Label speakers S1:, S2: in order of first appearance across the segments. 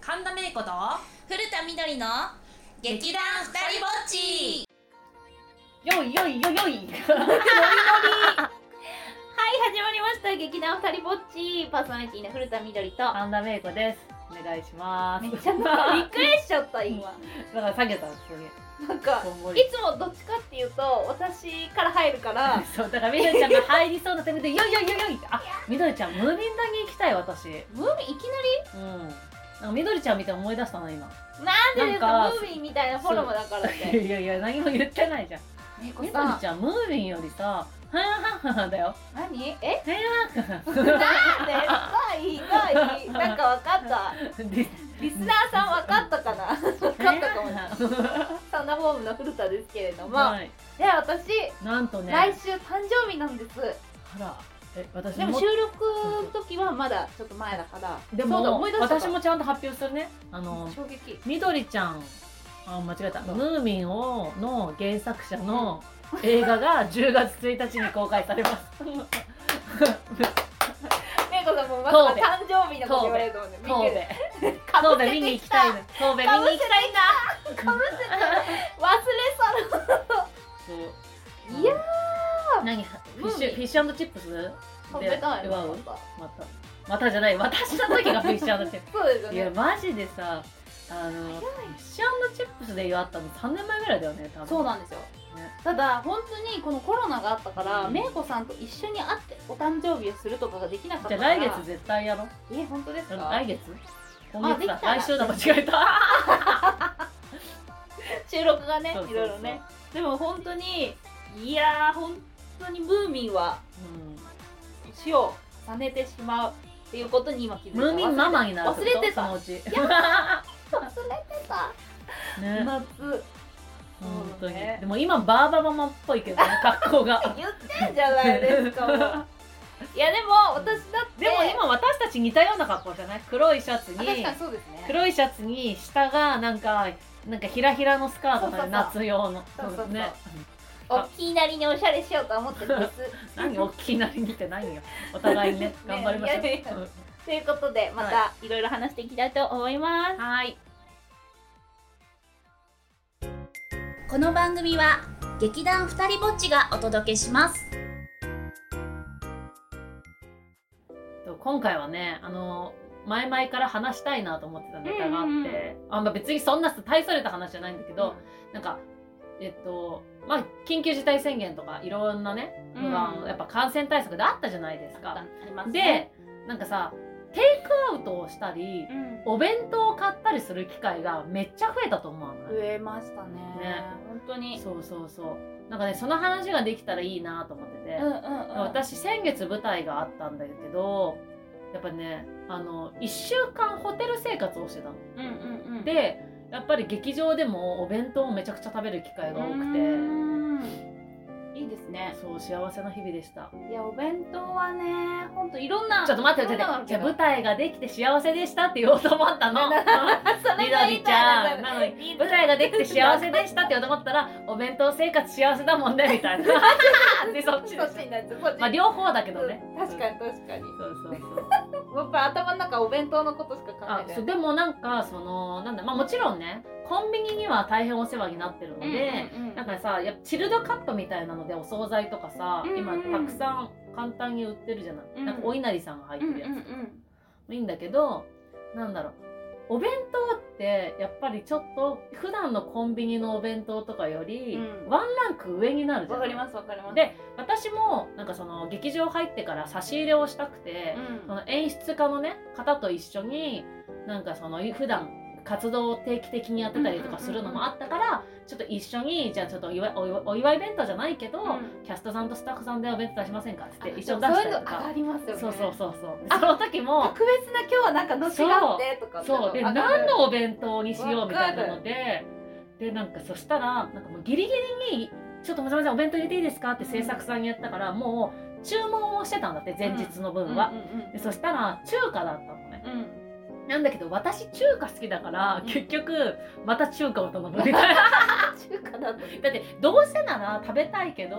S1: 神田芽子と
S2: 古田みどりの劇団ふたりぼっち
S3: よいよいよいよいはい始まりました劇団二人ぼっちパーソナリティの古田みどりと
S4: 神田芽子です。お願いします。
S3: めっちゃなんかびっくりしちゃった今
S4: だから下げたんですよね。
S3: なんか
S4: こんも
S3: い
S4: り。
S3: つもどっちかっていうと私から入るから
S4: そうだからみどりちゃんが入りそうなタイミングで「よいよいよいよい」って「あみどりちゃんムーミン谷行きたい私」うん
S3: ムーミンいき
S4: なんかみどりちゃん見て思い出したの今
S3: なりなんでですか
S4: なん
S3: ム
S4: か
S3: ーミンみたいなフォローだからっ
S4: いや
S3: て
S4: いやいや何も言ってないじゃん
S3: めいこ
S4: みどり
S3: さん
S4: ちゃんムーミンよりさ「はんはんはん」だよ
S3: 何え
S4: 「はんはんはん」
S3: なんでさいいさいいなんかわかった
S4: リ
S3: リスナーさんわかったかなわかったかもねサンダーホームの古田ですけれども、
S4: はい
S3: で私
S4: なんとね
S3: 来週誕生日なんです
S4: あらえ私
S3: でも
S4: も
S3: 収録の時はまだちょっと前だから
S4: で
S3: そうだ
S4: も
S3: 思い出した
S4: 私もちゃんと発表するねあの
S3: 衝撃
S4: みどりちゃんあ間違えた
S3: そう
S4: ムーミンをの原作者の映画が10月1日に公開されます
S3: めいこさんもまさか
S4: 神戸
S3: 誕生日のこと言われると思うんで
S4: 神戸
S3: かぶ
S4: 神戸見に行きたいの神戸
S3: か
S4: 見
S3: ぶ
S4: に
S3: せ
S4: 行き
S3: てきたかぶせて忘れ去る
S4: た
S3: いや
S4: ー何フィッシ
S3: ムーミン
S4: ュフィッシュチップスで
S3: 食べたい
S4: 奪
S3: の
S4: うまたまたじゃない私の時がフィッシュチップ
S3: そうですよ
S4: スいや
S3: ね
S4: マジでさあのフィッシュチップスで祝ったの3年前ぐらいだよね多分
S3: そうなんですよ
S4: ね
S3: ただ本当にこのコロナがあったから
S4: うん
S3: めいこさんと一緒に会ってお誕生日をするとかができなかった
S4: じゃあ
S3: から
S4: 来月絶対やろう
S3: え本当ですか
S4: 来月
S3: あ
S4: 今
S3: でき
S4: 月だ
S3: たら
S4: 来週だ間違えた
S3: 収録がね
S4: そうそうそう
S3: いろいろねでも本当にいやー本当にムーミンは年を重ねてしまうっていうことに今気づいた
S4: ムーミンママになる
S3: 忘れてた
S4: そのうち
S3: 忘れてた
S4: ね
S3: 夏
S4: 本当に
S3: ね
S4: でも今バーバママっぽ いけどね格好が
S3: 言ってんじゃ ないですかもういやでも私だって
S4: でも今私たち似たような格好じゃない黒いシャツ
S3: あ確
S4: に
S3: かにそうですね
S4: 黒いシャツに下がなんかなんかひらひらのスカート
S3: そうそ
S4: だ
S3: うそう
S4: ね夏用の
S3: そうそうそう
S4: ね
S3: 大きいなりにおしゃれしようと思って るんです
S4: 何大きいなりにって何よお 互いにね頑張りましょう
S3: いやいやいや
S4: うん
S3: ということでまたいろいろ話していきたいと思います
S4: はい
S2: この番組は劇団ふたりぼっちがお届けします
S4: と今回はねあの前々から話したいなと思ってたネタがあって、
S3: うんうんうん
S4: あまあ、別にそんな大それた話じゃないんだけど、なんかえっとまあ緊急事態宣言とかいろんなね、のが
S3: うん
S4: やっぱ感染対策であったじゃないです
S3: あ
S4: か。
S3: りますね
S4: でなんかさテイクアウトをしたり
S3: うん
S4: お弁当を買ったりする機会がめっちゃ増えたと思わない
S3: 増えましたね
S4: ね
S3: 本当に
S4: そうそうそうなんかねその話ができたらいいなと思ってて、
S3: うんうんうん
S4: 私先月舞台があったんだけどやっぱねあの1週間ホテル生活をしてたの。
S3: うんうんうん
S4: でやっぱり劇場でもお弁当をめちゃくちゃ食べる機会が多
S3: う
S4: くて
S3: ーんいいですね
S4: そう幸せな日々でした
S3: いやお弁当はねほんといろんな
S4: ちょっと待って
S3: い
S4: 待
S3: ろ
S4: っ
S3: んな
S4: て
S3: の
S4: じゃあ舞台ができて幸せでしたって言おうと思っ たの
S3: あそ
S4: み
S3: れ
S4: ど
S3: が
S4: り
S3: い
S4: ちゃんなのに舞台ができて幸せでしたって言おうと思ったらお弁当生活幸せだも んねみたいなでそっちで
S3: そっちになっちゃうそっち
S4: まあ両方だけどね
S3: 確かに確かに
S4: そうそうそう
S3: やっぱ頭の中お弁当のことしか考
S4: あ
S3: えて
S4: そう
S3: ない
S4: でもなんかそのなんだまあもちろんねコンビニには大変お世話になってるので、
S3: うんうんうん
S4: なんかさやっぱチルドカップみたいなのでお惣菜とかさ、
S3: うんうん
S4: 今たくさん簡単に売ってるじゃない、
S3: うん
S4: なんかお稲荷さんが入っ
S3: う
S4: て
S3: ん
S4: るやつ、
S3: うんうん
S4: いいんだけどなんだろうお弁当ってやっぱりちょっと普段のコンビニのお弁当とかより
S3: うん
S4: ワンランク上になるじゃ
S3: わか
S4: ない、
S3: りますわかります
S4: で私もなんかその劇場入ってから差し入れをしたくて
S3: う、ん
S4: その演出家のね方と一緒になんかその普段活動を定期的にやってたりとかするのもあったから、ちょっと一緒にじゃあちょっとお祝いお祝いお祝い弁当じゃないけど、
S3: うん
S4: キャストさんとスタッフさんでお弁当出しませんかっつって
S3: あ
S4: 一緒に出したりと
S3: そういうのあ
S4: か
S3: りますよね
S4: そうそうそうそう
S3: あ
S4: その時も
S3: 特別な今日はなんかのしがあってとかって
S4: そうで
S3: わかる
S4: 何のお弁当にしようみたいなのででなんかそしたらなんかもうギリギリに「ちょっと松丸さんお弁当入れていいですか?」って制作さんにやったから、もう注文をしてたんだって前日の分は、
S3: うんうんうん
S4: でそしたら中華だったのね
S3: うん
S4: なんだけど私中華好きだから、
S3: うん
S4: 結局また中華を頼むみたい な
S3: 中華だと
S4: だってどうせなら食べたいけど、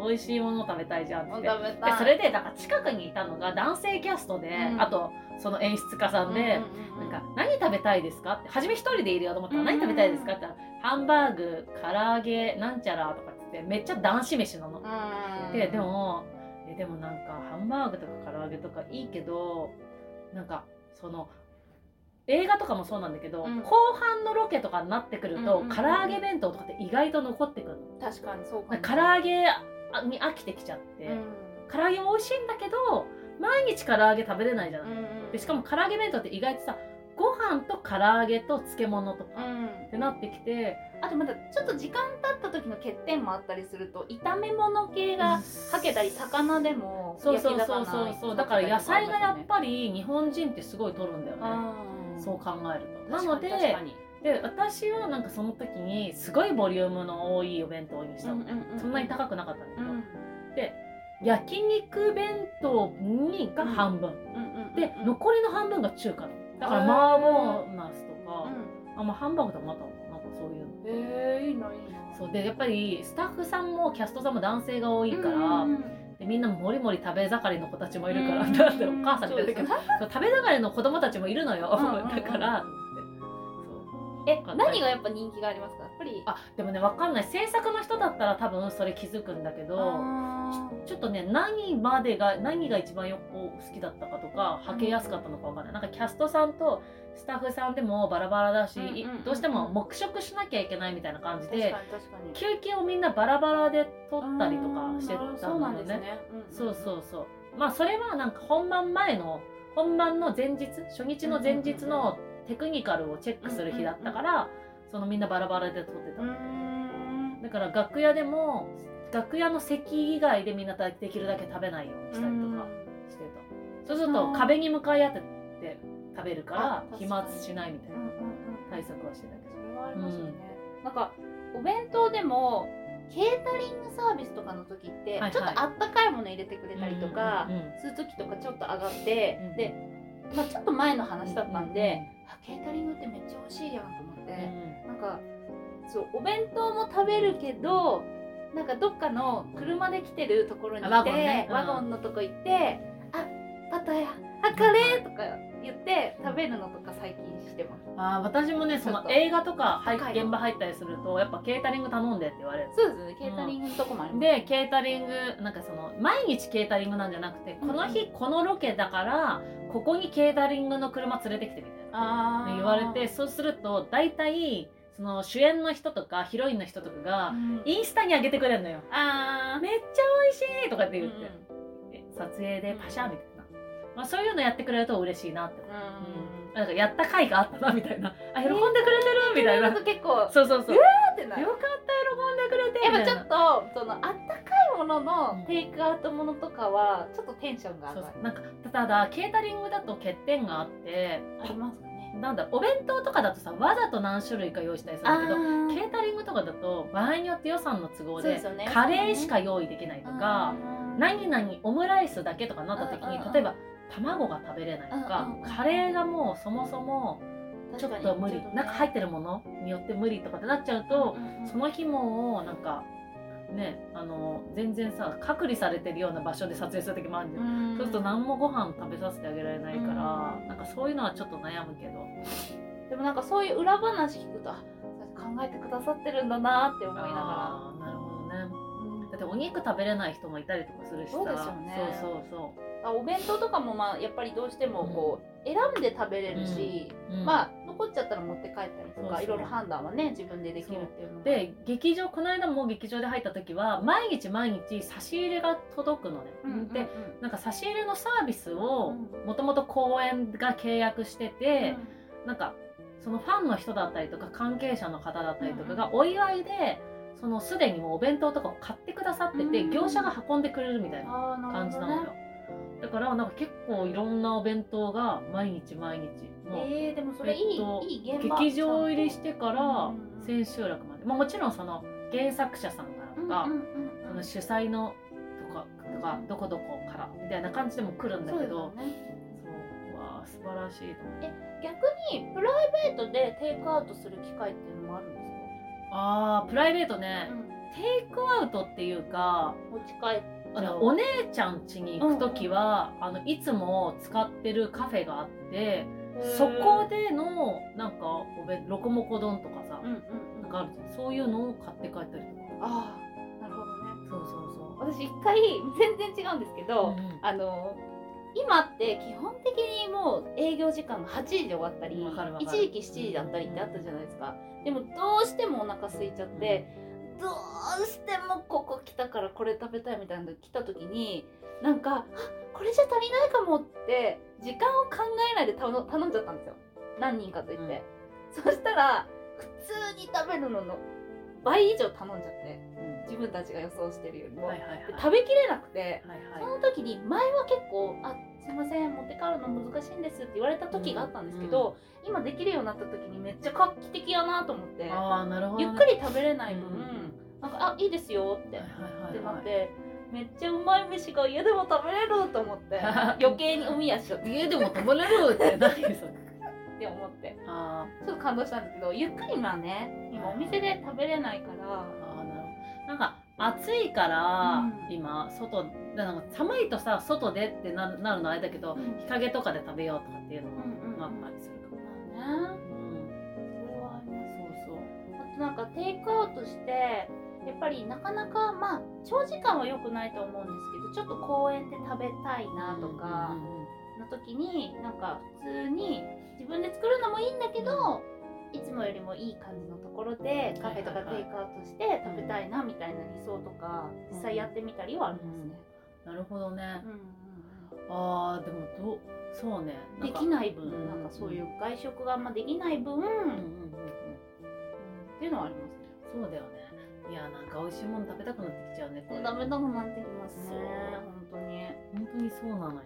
S3: う
S4: 美味しいものを食べたいじゃんって
S3: 食べ
S4: で
S3: たい
S4: それでなんか近くにいたのが男性キャストで、
S3: うん
S4: あとその演出家さんで、なんか何食べたいですかって初め一人でいるよと思ったら
S3: うん
S4: 何食べたいですかって言ったらハンバーグ唐揚げなんちゃらとかって言ってめっちゃ男子飯なの。
S3: うん
S4: ででもえでもなんかハンバーグとか唐揚げとかいいけどなんかその映画とかもそうなんだけど、
S3: うん
S4: 後半のロケとかになってくると、
S3: うんうんうん
S4: 唐揚げ弁当とかって意外と残ってくるの。
S3: 確かにそうかも
S4: 唐揚げに飽きてきちゃって、唐揚げも美味しいんだけど毎日唐揚げ食べれないじゃない、でしかも唐揚げ弁当って意外とさご飯と唐揚げと漬物とか
S3: う、
S4: っ
S3: ん
S4: てなってきて
S3: あとまだちょっと時間経った時の欠点もあったりすると炒め物系がかけたり魚でも
S4: そう
S3: 焼き
S4: そう
S3: 魚
S4: そうそうそうだから野菜がやっぱり日本人ってすごい取るんだよね、
S3: うん
S4: そう考えるとな
S3: 確かに
S4: ので
S3: 確かに
S4: で私はなんかその時にすごいボリュームの多いお弁当にしたのね、
S3: うんうんうんうん
S4: そんなに高くなかったんだけ
S3: う
S4: ど、
S3: ん
S4: 焼肉弁当にが半分、
S3: うんうんうん
S4: で
S3: うん
S4: 残りの半分が中華なのだから
S3: へー
S4: 麻婆ナスとか、
S3: うん
S4: あまあハンバーグとかもあったのかななんかそういうの
S3: へえいいないいな
S4: そうでやっぱりスタッフさんもキャストさんも男性が多いから、
S3: うんうん
S4: でみんなもりもり食べ盛りの子たちもいるから、
S3: うん
S4: だってお母さんみたいだけ
S3: そう
S4: ど
S3: です
S4: そう食べ盛りの子供たちもいるのよ、
S3: うんうんうん
S4: だからって
S3: え
S4: そう
S3: 何がやっぱ人気がありますかやっぱり
S4: あでもねわかんない制作の人だったら多分それ気づくんだけど
S3: あー
S4: ちょっとね何までが何が一番よこう好きだったかとか履けやすかったのかわかんないなんかキャストさんとスタッフさんでもバラバラだし、
S3: うんうんうんうん
S4: どうしても黙食しなきゃいけないみたいな感じ
S3: 確かに
S4: で
S3: 確かに
S4: 休憩をみんなバラバラで取ったりとかして
S3: あー
S4: た
S3: そうなん
S4: の
S3: です
S4: ね
S3: ね
S4: そうそうそうまあそれはなんか本番前の本番の前日初日の前日のテクニカルをチェックする日だったから、そのみんなバラバラで撮ってた、
S3: うんうん
S4: だから楽屋でも楽屋の席以外でみんなできるだけ食べないようにしたりとかしてた、そうすると壁に向かい合ってって食べるから
S3: あ
S4: 飛沫しないみたい
S3: うんう
S4: な
S3: う
S4: ん
S3: ん
S4: 対策はしてたけど
S3: それはありますよね、なんかお弁当でもケータリングサービスとかの時って、
S4: はいはい
S3: ちょっとあったかいもの入れてくれたりとか
S4: うんうんうん
S3: する時とかちょっと上がって、
S4: うん
S3: で、まあ、ちょっと前の話だったんで、あケータリングってめっちゃ美味しいやんと思って、
S4: うんうん
S3: なんかそうお弁当も食べるけどなんかどっかの車で来てるところにいて
S4: あワゴンねうん
S3: ワゴンのとこ行って「あパタヤあカレー!」とか言って食べるのとか最近してます。
S4: あー私もねそ
S3: ちょっ
S4: の
S3: と
S4: 映画とか入っ
S3: 高いの
S4: 現場入ったりするとやっぱケータリング頼んでって言われる
S3: そうですねケータリングのとこもあります、
S4: でケータリングなんかその毎日ケータリングなんじゃなくてこの日このロケだからここにケータリングの車連れてきてみたいな
S3: あー
S4: 言われて、そうすると大体その主演の人とかヒロインの人とかが
S3: い
S4: インスタに上げてくれるのよ「
S3: あ
S4: めっちゃ美味しい!」とかって
S3: ー
S4: 言って、え撮影でパシャみたいな、まあ、そういうのやってくれると嬉しいなって、
S3: うん
S4: なんかやった甲斐があったなみたいなあ喜んでくれてるみたい
S3: な
S4: なん
S3: か結構
S4: そうそうそう
S3: え
S4: よ
S3: パってな
S4: かった喜
S3: やっ
S4: んでくれてみた
S3: ぱ
S4: い
S3: ち
S4: な
S3: ょっとそのあったかいもののテイクアウトものとかはちょっとテンションが上
S4: そう
S3: がる
S4: そうなんかただケータリングだと欠点があって
S3: ありますかね
S4: なんだお弁当とかだとさわざと何種類か用意したりするんだけどケータリングとかだと場合によって予算の都合
S3: そうで
S4: です
S3: よね
S4: カレーしか用意できないとか、何々オムライスだけとかなった時
S3: うんうんう
S4: に
S3: ん
S4: 例えば卵が食べれないとか
S3: うんうんうん
S4: カレーがもうそもそもちょっと無理中入ってるものによって無理とかってなっちゃうとその日もなんかねあの全然さ隔離されてるような場所で撮影する時もあるんだよそうすると何もご飯食べさせてあげられないから、
S3: うん
S4: なんかそういうのはちょっと悩むけど、
S3: でもなんかそういう裏話聞くとあ考えてくださってるんだなって思いなが
S4: あーなるほどね
S3: らうん
S4: だってお肉食べれない人もいたりとかするしさ
S3: そうですよね
S4: そうそうそ
S3: あお弁当とかもまあやっぱりどうしてもこう選んで食べれるし、
S4: う、うん
S3: まあ残っちゃったら持って帰ったりと
S4: そうそ
S3: か
S4: う
S3: いろいろ判断はね自分でできるっていうのが
S4: で劇場この間も劇場で入った時は毎日毎日差し入れが届くのね、
S3: うんうんうん
S4: でなんか差し入れのサービス
S3: う
S4: を
S3: ん
S4: もともと公演が契約してて、なんかそのファンの人だったりとか関係者の方だったりとかがお祝いでそのすでにもうお弁当とかを買ってくださってて、
S3: うん
S4: 業者が運んでくれるみたいな
S3: あーな
S4: 感
S3: る
S4: じ
S3: ほ
S4: な
S3: ど
S4: の
S3: ね
S4: よ、だからなんか結構いろんなお弁当が毎日毎日もう
S3: えー、でもそれいい、
S4: えっと
S3: いい現場
S4: 劇場入りしてから
S3: うん
S4: 千秋楽まで、まあ、もちろんその原作者さんからとか、
S3: うんうんうん
S4: その主催のとかとかどこどこからみたいな感じでも来るんだけど
S3: そうですよね
S4: そううわーす素晴らしいと思う
S3: 逆にプライベートでテイクアウトする機会っていうのもあるんです
S4: あープライベートね、
S3: か、
S4: テイクアウトっていうか
S3: 持ち帰ってそ
S4: あ
S3: う
S4: のお姉ちゃん家に行く時は、あのいつも使ってるカフェがあってそこでのなんかおべロコモコ丼とかさ、
S3: うんうんうん
S4: なんかあるじゃんそういうのを買って帰ったりとか
S3: ああなるほどね
S4: そうそうそう
S3: 私一回全然違うんですけど、
S4: うん
S3: あの今って基本的にもう営業時間が8時で終わったり
S4: わかるわかる
S3: 一時期7時だったりってあったじゃないですかでもどうしてもお腹空いちゃって、どうしてもここ来たからこれ食べたいみたいなのが来た時になんかあこれじゃ足りないかもって時間を考えないで頼頼んじゃったんですよ何人かと言って、そしたら普通に食べるのの倍以上頼んじゃって
S4: うん
S3: 自分たちが予想してるよりも、
S4: はいはいはい
S3: で食べきれなくて
S4: はい
S3: そ
S4: はい
S3: の時に前は結構「あすいません持って帰るの難しいんです」って言われた時があったんですけど、今できるようになった時にめっちゃ画期的やなと思って、
S4: ああなるほど、ね、
S3: ゆっくり食べれない分、
S4: うん
S3: なんか「あいいですよ」って、
S4: はいはいはいはい
S3: ってなって。めっちゃうまい飯が家でも食べれると思って 余計におみやしちゃって
S4: 家でも食べれるって何それ
S3: って思って
S4: あー
S3: ちょっと感動したんですけどゆっくりはね今お店で食べれないから
S4: あーなるほどなんか暑いから、
S3: うん
S4: 今外なんか寒いとさ外でってなるなるのあれだけど、
S3: うん
S4: 日陰とかで食べようとかっていうのも
S3: うんうん
S4: まあまあするかも、
S3: まあね
S4: うん
S3: それはあります
S4: そうそう
S3: あとなんかテイクアウトしてやっぱりなかなかまあ長時間は良くないと思うんですけどちょっと公園で食べたいなとか
S4: うんうんうん
S3: の時になんか普通に自分で作るのもいいんだけどいつもよりもいい感じのところでカフェとか
S4: はいはいはい
S3: テイクアウトして食べたいなみたいな理想とか
S4: うん
S3: 実際やってみたりはありますね。
S4: なるほどね
S3: うんうん
S4: あーでもどうそうね
S3: うんできない
S4: うんうんう
S3: 分
S4: ん
S3: なんかそういう外食があんまできない分、
S4: うんうん
S3: っ
S4: うんう
S3: ていうのはありますね。
S4: んそうだよねいやなんか美味しいもの食べたくなってきちゃうねこれ
S3: ダメだくなってきますね
S4: そう
S3: 本当に。
S4: 本当にそうなのよ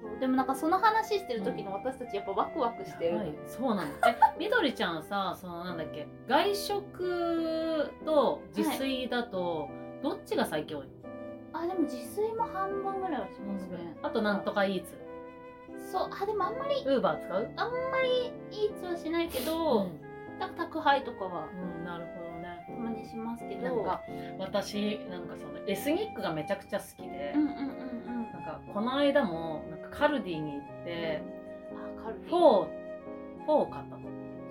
S3: そうでもなんかその話してる時の私たちやっぱワクワクしてる、
S4: やばいそうなのえみどりちゃんさそのなんだっけ外食と自炊だと、どっちが最強
S3: あでも自炊も半分ぐらいはしますね、
S4: あとなんとかイーツ
S3: そうあでもあんまり
S4: ウーバー使う
S3: あんまりいいツはしないけど、なんか宅配とかは
S4: うん、なるほどね
S3: たまにしますけど
S4: なんか私なんかそのエスニックがめちゃくちゃ好きで、
S3: うんうんうんうん
S4: なんかこの間もなんかカルディに行って、
S3: あカルビ
S4: フォーフォー買ったの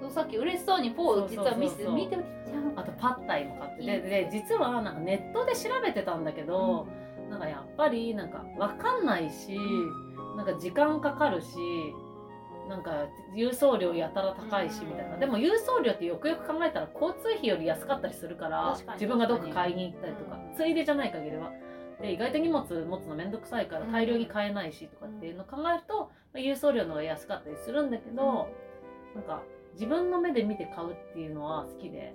S3: そうさっき嬉しそうにフォーを実は見
S4: そう
S3: せて
S4: そうそう
S3: 見ておきちゃう
S4: あとパッタイも買ってて
S3: いい
S4: でで実はなんかネットで調べてたんだけど、なんかやっぱりなんかわかんないし、なんか時間かかるしなんか郵送料やたら高いし
S3: うん
S4: みたいな、でも郵送料ってよくよく考えたら交通費より安かったりするから
S3: 確かに
S4: 自分がどっか買いに行ったりとか、
S3: うん
S4: ついでじゃない限りは。で意外と荷物持つの面倒くさいから
S3: うん
S4: 大量に買えないしとかっていうのを考えると、まあ郵送料の方が安かったりするんだけど、なんか自分の目で見て買うっていうのは好きで、
S3: え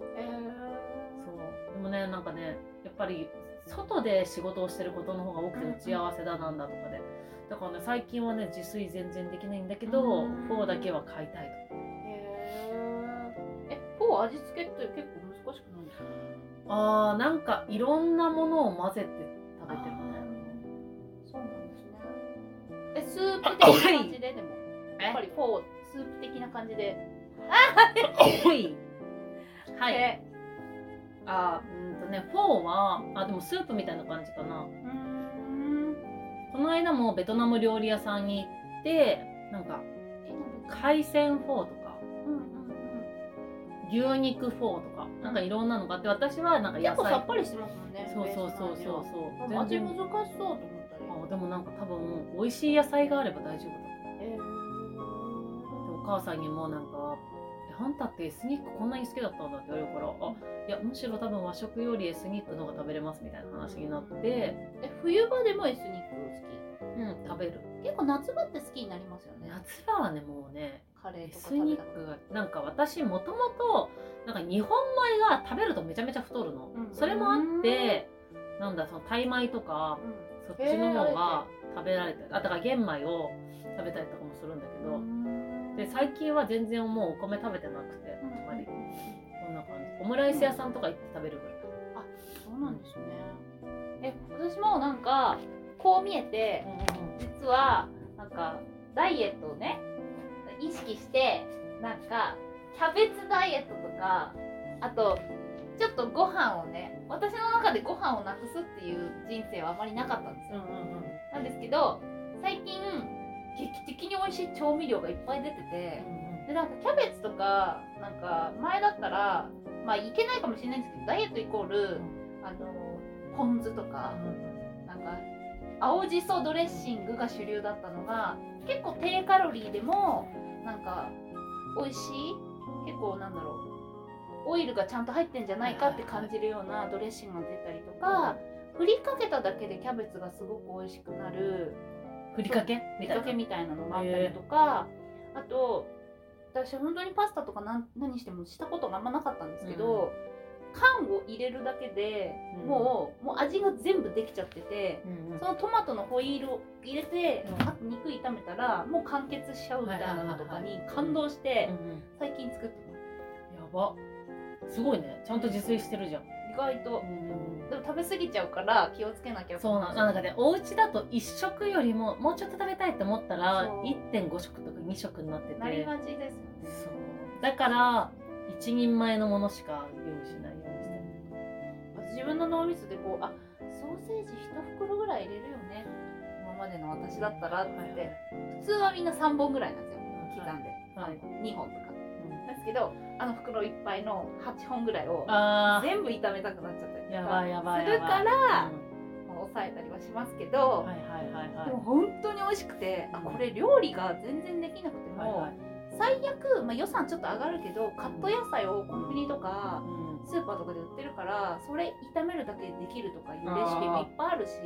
S4: そうでもねなんかねやっぱり外で仕事をしてることの方が多くて
S3: うんうん
S4: 打ち合わせだなんだとかで、だからね最近はね自炊全然できないんだけど、
S3: う
S4: こ
S3: ん
S4: うだけは買いたい
S3: ええフォー味付けって結構難しくないですか
S4: とあーなんかいろんなものを混ぜて食べてるね
S3: そうなんですねえスープ的な感じででも
S4: え
S3: やっぱりフォースープ的な感じで
S4: はいはい、
S3: で
S4: あーうーんとねフォーはあでもスープみたいな感じかな
S3: うーん
S4: この間もベトナム料理屋さんに行ってなんか海鮮フォーとか
S3: うんうんうん
S4: 牛肉フォーとかなんかいろんなのがあって私はなんか野
S3: 結構さ
S4: 菜
S3: っぱりしてますもんね
S4: そうそうそうそう
S3: ベースの
S4: そう
S3: 味は味
S4: 全
S3: 難
S4: 然
S3: しそうと思ったり
S4: あでもなんか多分美味しい野菜があれば大丈夫だ
S3: え
S4: でお母さんにもなんか「えあんたってエスニックこんなに好きだったんだ」って言われるから「あいやむしろ多分和食よりエスニックの方が食べれます」みたいな話になって、
S3: ーえ冬場でもエスニック好
S4: うん、食べる
S3: き結構夏場って好きになりますよね
S4: 夏場はねもうね
S3: カレー
S4: エ
S3: とか
S4: ス
S3: 食べ
S4: ニ
S3: たら
S4: ックがなんか私もともとなんか日本米が食べるとめちゃめちゃ太るの、
S3: うん
S4: それもあってなんだそのタイ米とかそっちの方が食べられてあだから玄米を食べたりとかもするんだけ
S3: う
S4: ど、
S3: ん
S4: で最近は全然もうお米食べてなくて
S3: うん
S4: あんまりこんな感じオムライス屋さんとか行って食べるぐらい
S3: そうなんですねえ私もなんかこう見えて実はなんかダイエットをね意識してなんかキャベツダイエットとかあとちょっとご飯をね私の中でご飯をなくすっていう人生はあまりなかったんですよ、なんですけど最近劇的に美味しい調味料がいっぱい出ててでなんかキャベツとかなんか前だったらまあいけないかもしれないんですけどダイエットイコールあのポン酢とかなんか青じそドレッシングが主流だったのが結構低カロリーでもなんか美味しい結構なんだろうオイルがちゃんと入ってんじゃないかって感じるようなドレッシングが出たりとか振りかけただけでキャベツがすごく美味しくなる
S4: ふりかけ
S3: ふりかけみたいなのがあったりとかあと私本当にパスタとか何何してもしたことがあんまなかったんですけど、缶を入れるだけで
S4: うん
S3: もうもう味が全部できちゃってて。そのトマトのホイールを入れて、
S4: うん
S3: あ肉炒めたらもう完結しちゃうみたいなのとかに感動して最近作ってま
S4: やばすごいねちゃんと自炊してるじゃん、
S3: す意外とでも食べ過ぎちゃうから気をつけなきゃ
S4: そうなのなんかねお家だと1食よりももうちょっと食べたいって思ったら
S3: そう
S4: 1.5食とか2食になってて
S3: なりがちですよね
S4: そうだから一人前のものしか用意しないようにしてる
S3: 自分の脳みそでこうあソーセージ1袋ぐらい入れるよね今までの私だったらって言って普通はみんな3本ぐらいなんですよ刻んで、
S4: はい
S3: 2本とかですけどあの袋いっぱいの8本ぐらいを
S4: あ
S3: 全部炒めたくなっちゃったりとか
S4: やばいやばい
S3: するか
S4: や
S3: ら
S4: あ、
S3: まあ抑えたりはしますけど、
S4: はいはいはいはい
S3: でも本当に美味しくてあこれ料理が全然できなくても、
S4: はいはい
S3: 最悪、まあ、予算ちょっと上がるけどカット野菜をコンビニとか
S4: うん
S3: スーパーとかで売ってるからそれ炒めるだけでできるとかいうレシピもいっぱいあるしす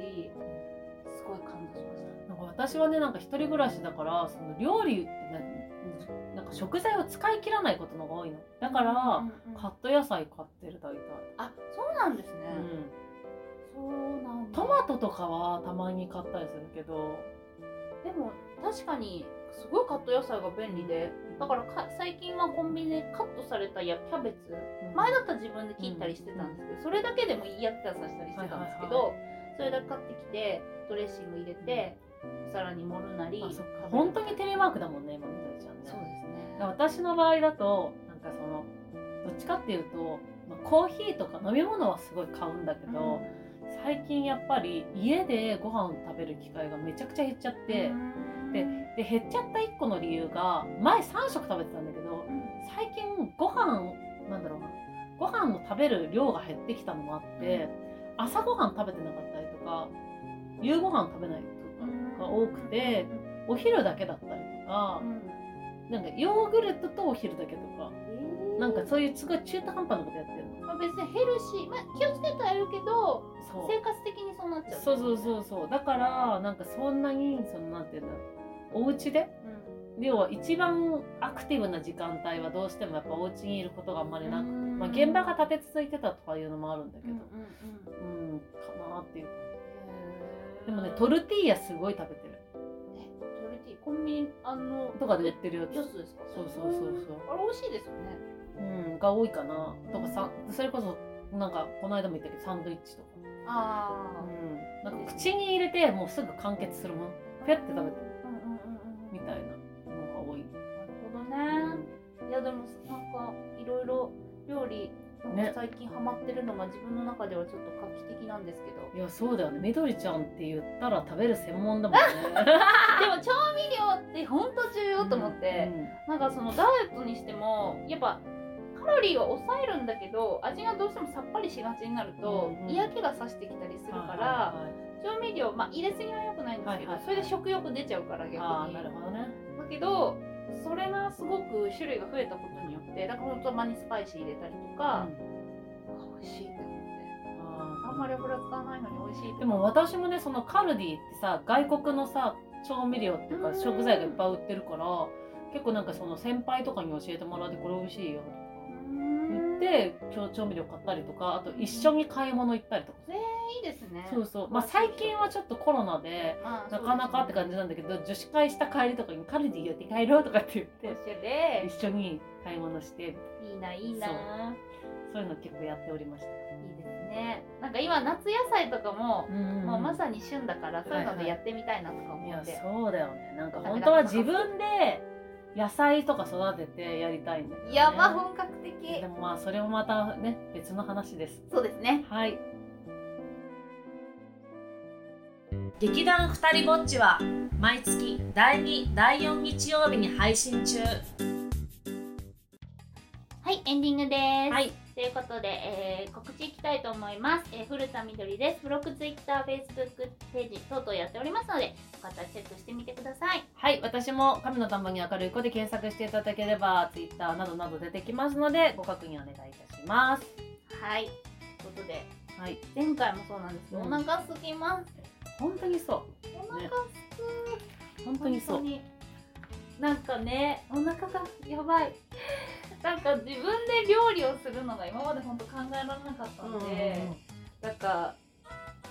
S3: ごい感動しました。
S4: なんか私はねなんか一人暮らしだからその料理ってななんか食材を使い切らないことの方が多いのだから、
S3: うんうん
S4: カット野菜買ってる大体、
S3: あそうなんですね、
S4: う
S3: そうなん
S4: ん、
S3: だ
S4: トマトとかはたまに買ったりするけど
S3: でも確かにすごいカット野菜が便利でだからか最近はコンビニでカットされたやキャベツ前だったら自分で切ったりしてたんですけど、それだけでもいいやつやさせたりしてたんですけど、
S4: は
S3: それだけ買ってきてドレッシング入れてお皿に盛るなり
S4: あそっか
S3: 食べる
S4: 本当にテレワークだもんね今みたいちゃんね
S3: そうですね
S4: だから私の場合だとなんかそのどっちかっていうと、まあコーヒーとか飲み物はすごい買うんだけど、最近やっぱり家でご飯を食べる機会がめちゃくちゃ減っちゃって、
S3: うん
S4: でで減っちゃった1個の理由が前3食食べてたんだけど
S3: うん
S4: 最近ご飯をなんだろうなご飯を食べる量が減ってきたのもあって、朝ごはん食べてなかったりとか夕ご飯食べないとかが多くて、お昼だけだったりとか
S3: う、ん
S4: なんかヨーグルトとお昼だけとか
S3: えー
S4: なんかそういうすごい中途半端なことやってるの
S3: まあ別にヘルシー、まあ、気をつけてはいるけど
S4: そう
S3: 生活的にそうなっちゃう
S4: そうそうそうそうだからなんかそんなにそのなんていうんだろうお家で
S3: うん
S4: 要は一番アクティブな時間帯はどうしてもやっぱお家にいることがあんまりなくて、まあ、現場が立て続いてたとかいうのもあるんだけ
S3: うんうん
S4: ど
S3: うん
S4: うん、かなっていう
S3: へー
S4: でもねトルティーヤすごい食べてる
S3: えトルティーコンビニあの
S4: とかで売ってるやつ
S3: ジュースですか
S4: そうそうそうそう
S3: あれ美味しいですよね
S4: うんが多いかなとかさそれこそなんかこの間も言ったけどサンドイッチとか
S3: ああ
S4: うんなんか口に入れてもうすぐ完結するもんペッて食べ
S3: うん
S4: て
S3: うんうんうん
S4: みたいなのが多い、
S3: なるほどねいやでもなんかいろいろ料理なん
S4: ね
S3: か最近ハマってるのが自分の中ではちょっと画期的なんですけど、
S4: いやそうだよねみどりちゃんって言ったら食べる専門だもんね
S3: でも調味料ってほんと重要と思って、なんかそのダイエットにしてもやっぱカロリーは抑えるんだけど味がどうしてもさっぱりしがちになると、
S4: うんうん
S3: 嫌気がさしてきたりす
S4: す
S3: るから、調味料、まあ、入れすぎは良くないんですけど、
S4: はいはい
S3: それで食欲出ちゃうから逆に
S4: ああなるほどね
S3: だけどそれがすごく種類が増えたことによってだから本当たまにスパイシー入れたりとか、あ美味しいって思って
S4: あ
S3: あんまり油使わないのに美味しいって
S4: でも私もねそのカルディってさ外国のさ調味料っていう
S3: う
S4: か
S3: ん
S4: 食材がいっぱい売ってるから結構なんかその先輩とかに教えてもらってこれ美味しいよとか
S3: う
S4: 言
S3: ん
S4: って調調味料買ったりとかあと一緒に買い物行ったりとか
S3: いいですね
S4: そうそうまあ最近はちょっとコロナで
S3: まあ
S4: なかなかって感じなんだけど女子会した帰りとかにカルディ寄って帰ろうとかって言
S3: で
S4: っ
S3: すよね
S4: て一緒に買い物して
S3: おしゃれいいないいな
S4: そうそういうの結構やっておりました
S3: いいですねなんか今夏野菜とかも、もうまさに旬だからそういうのでやってみたいなとか
S4: い
S3: 思
S4: や
S3: って、
S4: そうだよねなんか本当は自分で野菜とか育ててやりたいんだよ、ね、
S3: やば本格的
S4: でもまあそれもまたね別の話です
S3: そうですね
S4: はい
S2: 劇団ふたりぼっちは毎月第2第4日曜日に配信中
S3: はいエンディングです、
S2: はい
S3: ということで、えー告知いきたいと思います、えー古田みどりですブログツイッターフェイスブックページ等々やっておりますのでよかったらチェックしてみてください
S4: はい私も「神の田んぼに明るい子」で検索していただければ Twitter などなど出てきますのでご確認お願いいたします
S3: はいということで
S4: はい
S3: 前回もそうなんですけど、
S4: うん
S3: お腹すきます
S4: 本当にそう
S3: お腹す
S4: ね
S3: く、
S4: 本当にそう
S3: 本なんかねお腹がやばい なんか自分で料理をするのが今まで本当考えられなかったんで、なんか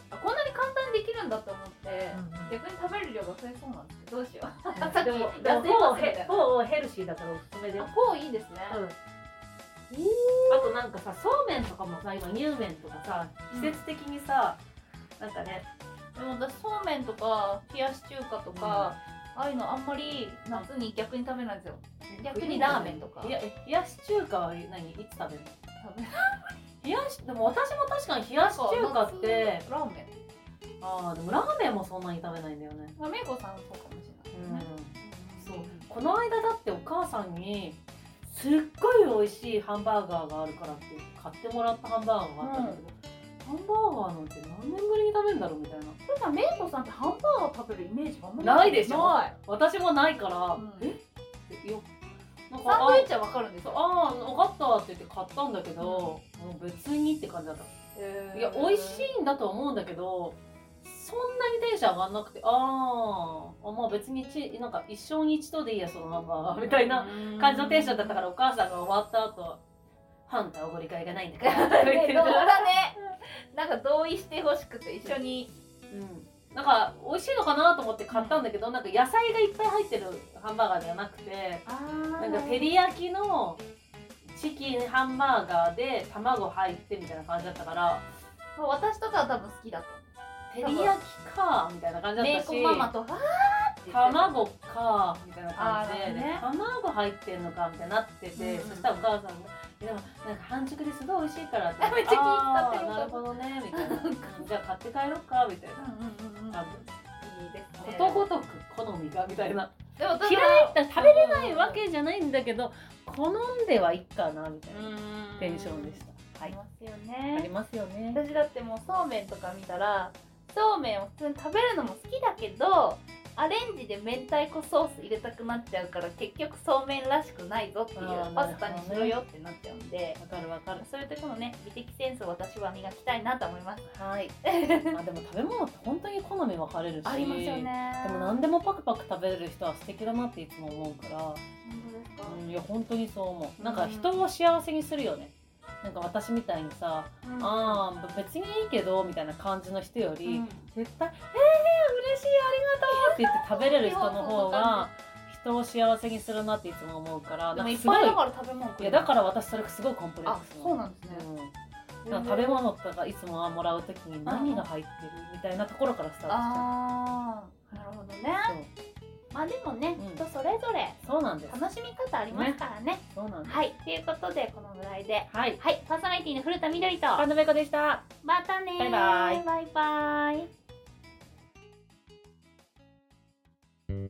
S3: あこんなに簡単にできるんだと思って、逆に食べる量が増えそうなんですけどどうしようさっき
S4: でも
S3: 痩せ
S4: でも
S3: ま
S4: フ
S3: す
S4: ォー
S3: みた
S4: ヘ
S3: い
S4: フォ
S3: な
S4: ーをヘルシーだからおすすめです
S3: あフォーいいですね、
S4: うんあとなんかさそうめんとかもさ今乳麺とかさ季節的にさ、なんかね
S3: でも私そうめんとか冷やし中華とか、ああいうのあんまり夏に逆に食べないんですよ逆にラーメンとか
S4: いやえ冷やし中華は何いつ食べるの
S3: 食べ
S4: 冷やしでも私も確かに冷やし中華って
S3: ラーメン
S4: あーでもラーメンもそんなに食べないんだよね
S3: まあ、めいこさんそうかもしれないですね。
S4: そうこの間だってお母さんにすっごい美味しいハンバーガーがあるからって買ってもらったハンバーガーがあったんだけど、ハンバーガーなんて何年ぶりに食べるんだろうみたいな
S3: ただ、めいこさんってハンバーガー食べるイメージがあんまり
S4: ないでしょ
S3: ない
S4: 私もないから、
S3: うん
S4: ええよなんか
S3: サンド
S4: あ
S3: イッチはわかるんですよ。
S4: あー分かったって言って買ったんだけど、もう別にって感じだった
S3: えー
S4: いや美味しいんだとは思うんだけどそんなにテンション上がんなくてあーあまあ別にちなんか一生に一度でいいやそのハンバーガーみたいな感じのテンションだったからお母さんが終わった後ハンターおごり会がないんだからって言っ
S3: ね
S4: て
S3: どうだね。なんか同意してほしくて一緒に。
S4: うん、なんか美味しいのかなと思って買ったんだけどなんか野菜がいっぱい入ってるハンバーガーではなくて
S3: あ
S4: なんか照り焼きのチキンハンバーガーで卵入ってみたいな感じだったから
S3: 私とかは多分好きだと。
S4: 照り焼きかみたいな感じだ
S3: めい
S4: った
S3: こ
S4: し
S3: ママとわーって言って
S4: 卵かみたいな感じ
S3: あ
S4: で、
S3: ーなる
S4: 卵入ってんのかみたいになってて、
S3: うん
S4: そしたらお母さんが「でもなんか半熟ですごい美味しいから」って「
S3: あめっちゃ気遣って
S4: あ
S3: る
S4: ーなるほどね」みたいな「じゃあ買って帰ろうか」みたいな
S3: うんうんうんうん。
S4: 多
S3: いいです
S4: 分
S3: ね。
S4: ことごとく好みがみたいな
S3: でもただ
S4: 嫌いだ食べれないわけじゃないんだけど好んではいいかなみたいな
S3: うん
S4: テンションでし。たは
S3: あり
S4: い
S3: ますよ
S4: あ
S3: ね
S4: り。ますよね
S3: 私だってもうそうめんとか見たらそうめんを普通に食べるのも好きだけどアレンジで明太子ソース入れたくなっちゃうから結局そうめんらしくないぞっていう
S4: あー
S3: パスタにしろよってなっちゃうんで
S4: わかるわかる
S3: そういうところのね美的センスを私は磨きたいなと思います
S4: はいまあでも食べ物って本当に好み分かれるし
S3: ありますよね
S4: でも何でもパクパク食べれる人は素敵だなっていつも思うから、
S3: 本当ですか
S4: うん、いや本当にそう思うなんか人を幸せにするよねなんか私みたいにさ「
S3: うん
S4: ああ別にいいけど」みたいな感じの人よ
S3: う
S4: り、
S3: ん
S4: 絶対「ええ嬉しいありがとう」って言って食べれる人の方が人を幸せにするなっていつも思うから
S3: で
S4: なん
S3: もいっ
S4: かすご
S3: ぱい
S4: い
S3: だから食べ物食
S4: いやだから私それすごいコンプレッ
S3: あ
S4: クス
S3: そう
S4: の
S3: なんですね
S4: うんだから食べ物とかいつもはもらう時に何が入ってるみたいなところからスタートしちゃ
S3: ああなるほどね
S4: うそう
S3: まあでもね
S4: うん
S3: 人それぞれ
S4: そうなんです
S3: 楽しみ方ありますからね
S4: そうなんです
S3: はいということでこのぐらいで
S4: はい
S3: はい、パーソナリティの古田みどりと、
S4: 神田芽子でした
S3: またねー
S4: バイバイ
S3: バイバイ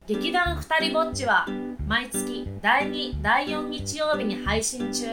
S2: 劇団ふたりぼっちは毎月第2第4日曜日に配信中